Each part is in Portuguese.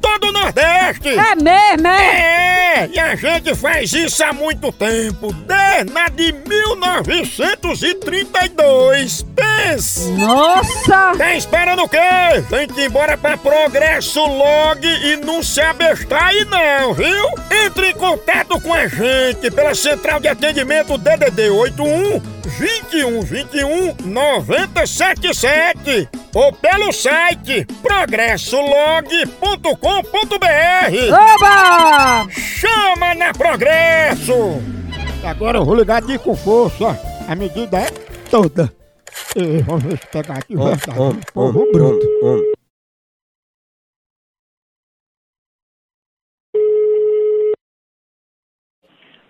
todo o Nordeste! É mesmo, é? É, e a gente faz isso há muito tempo, desde lá de 1932, pensa! Nossa! Tá esperando o quê? Tem que ir embora pra Progresso Log e não se abestar aí não, viu? Entre em contato com a gente pela central de atendimento DDD 81 2121 9077 ou pelo site progressolog.com.br. Oba! Chama na Progresso! Agora eu vou ligar aqui com força. A medida é toda. E vamos ver se pegar aqui o resto. Ovo bruto.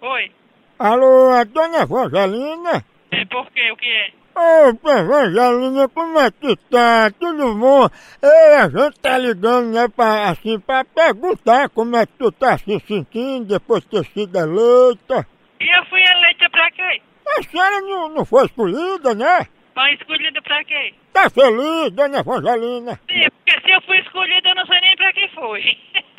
Oi. Alô, é dona Evangelina? É por quê? O que é? Ô, Evangelina, como é que tá? Tudo bom? Ei, a gente tá ligando, né, pra, assim, pra perguntar como é que tu tá se sentindo depois de ter sido eleita. E eu fui eleita pra quê? A senhora não, não foi escolhida, né? Foi escolhida pra quê? Tá feliz, dona Evangelina? Sim, porque se eu fui escolhida, eu não sei nem pra que foi.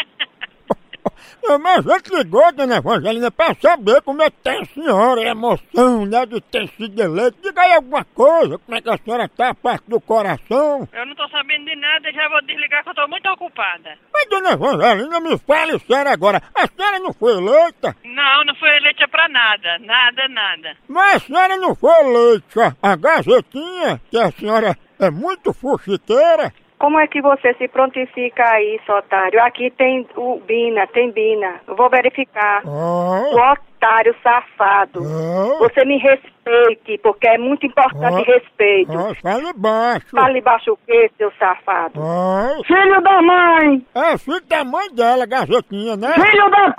Ô, É, Mas a gente ligou, dona Evangelina, pra saber como é que tá a senhora, a emoção, né, de ter sido eleita. Diga aí alguma coisa, como é que a senhora tá, a parte do coração. Eu não tô sabendo de nada, já vou desligar que eu tô muito ocupada. Mas, dona Evangelina, me fale sério agora. A senhora não foi eleita? Não, não fui eleita pra nada. Nada, nada. Mas a senhora não foi eleita. A gazetinha, que a senhora é muito fuxiteira. Como é que você se prontifica a isso, otário? Aqui tem o Bina, tem Bina. Eu vou verificar. Ô, Ah, otário safado. ah, Você me respeite, porque é muito importante Ah. respeito. ah, fale baixo. Fale baixo o quê, seu safado? Ah, Filho da mãe! é filho da mãe dela, gazetinha, né? Filho da p...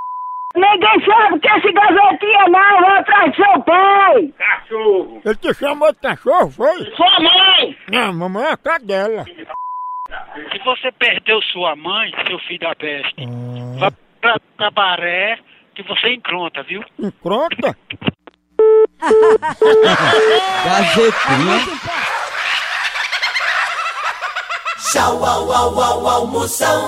Ninguém sabe que esse gavetinha não vai atrás do seu pai! Cachorro! Ele te chamou de cachorro, foi? Sua mãe! Não, mamãe é a cadela. Se você perdeu sua mãe, seu filho da peste, vá pra cabaré que você encronta, viu? Encronta? Gazetinha. Tchau, au, au, au, almoção.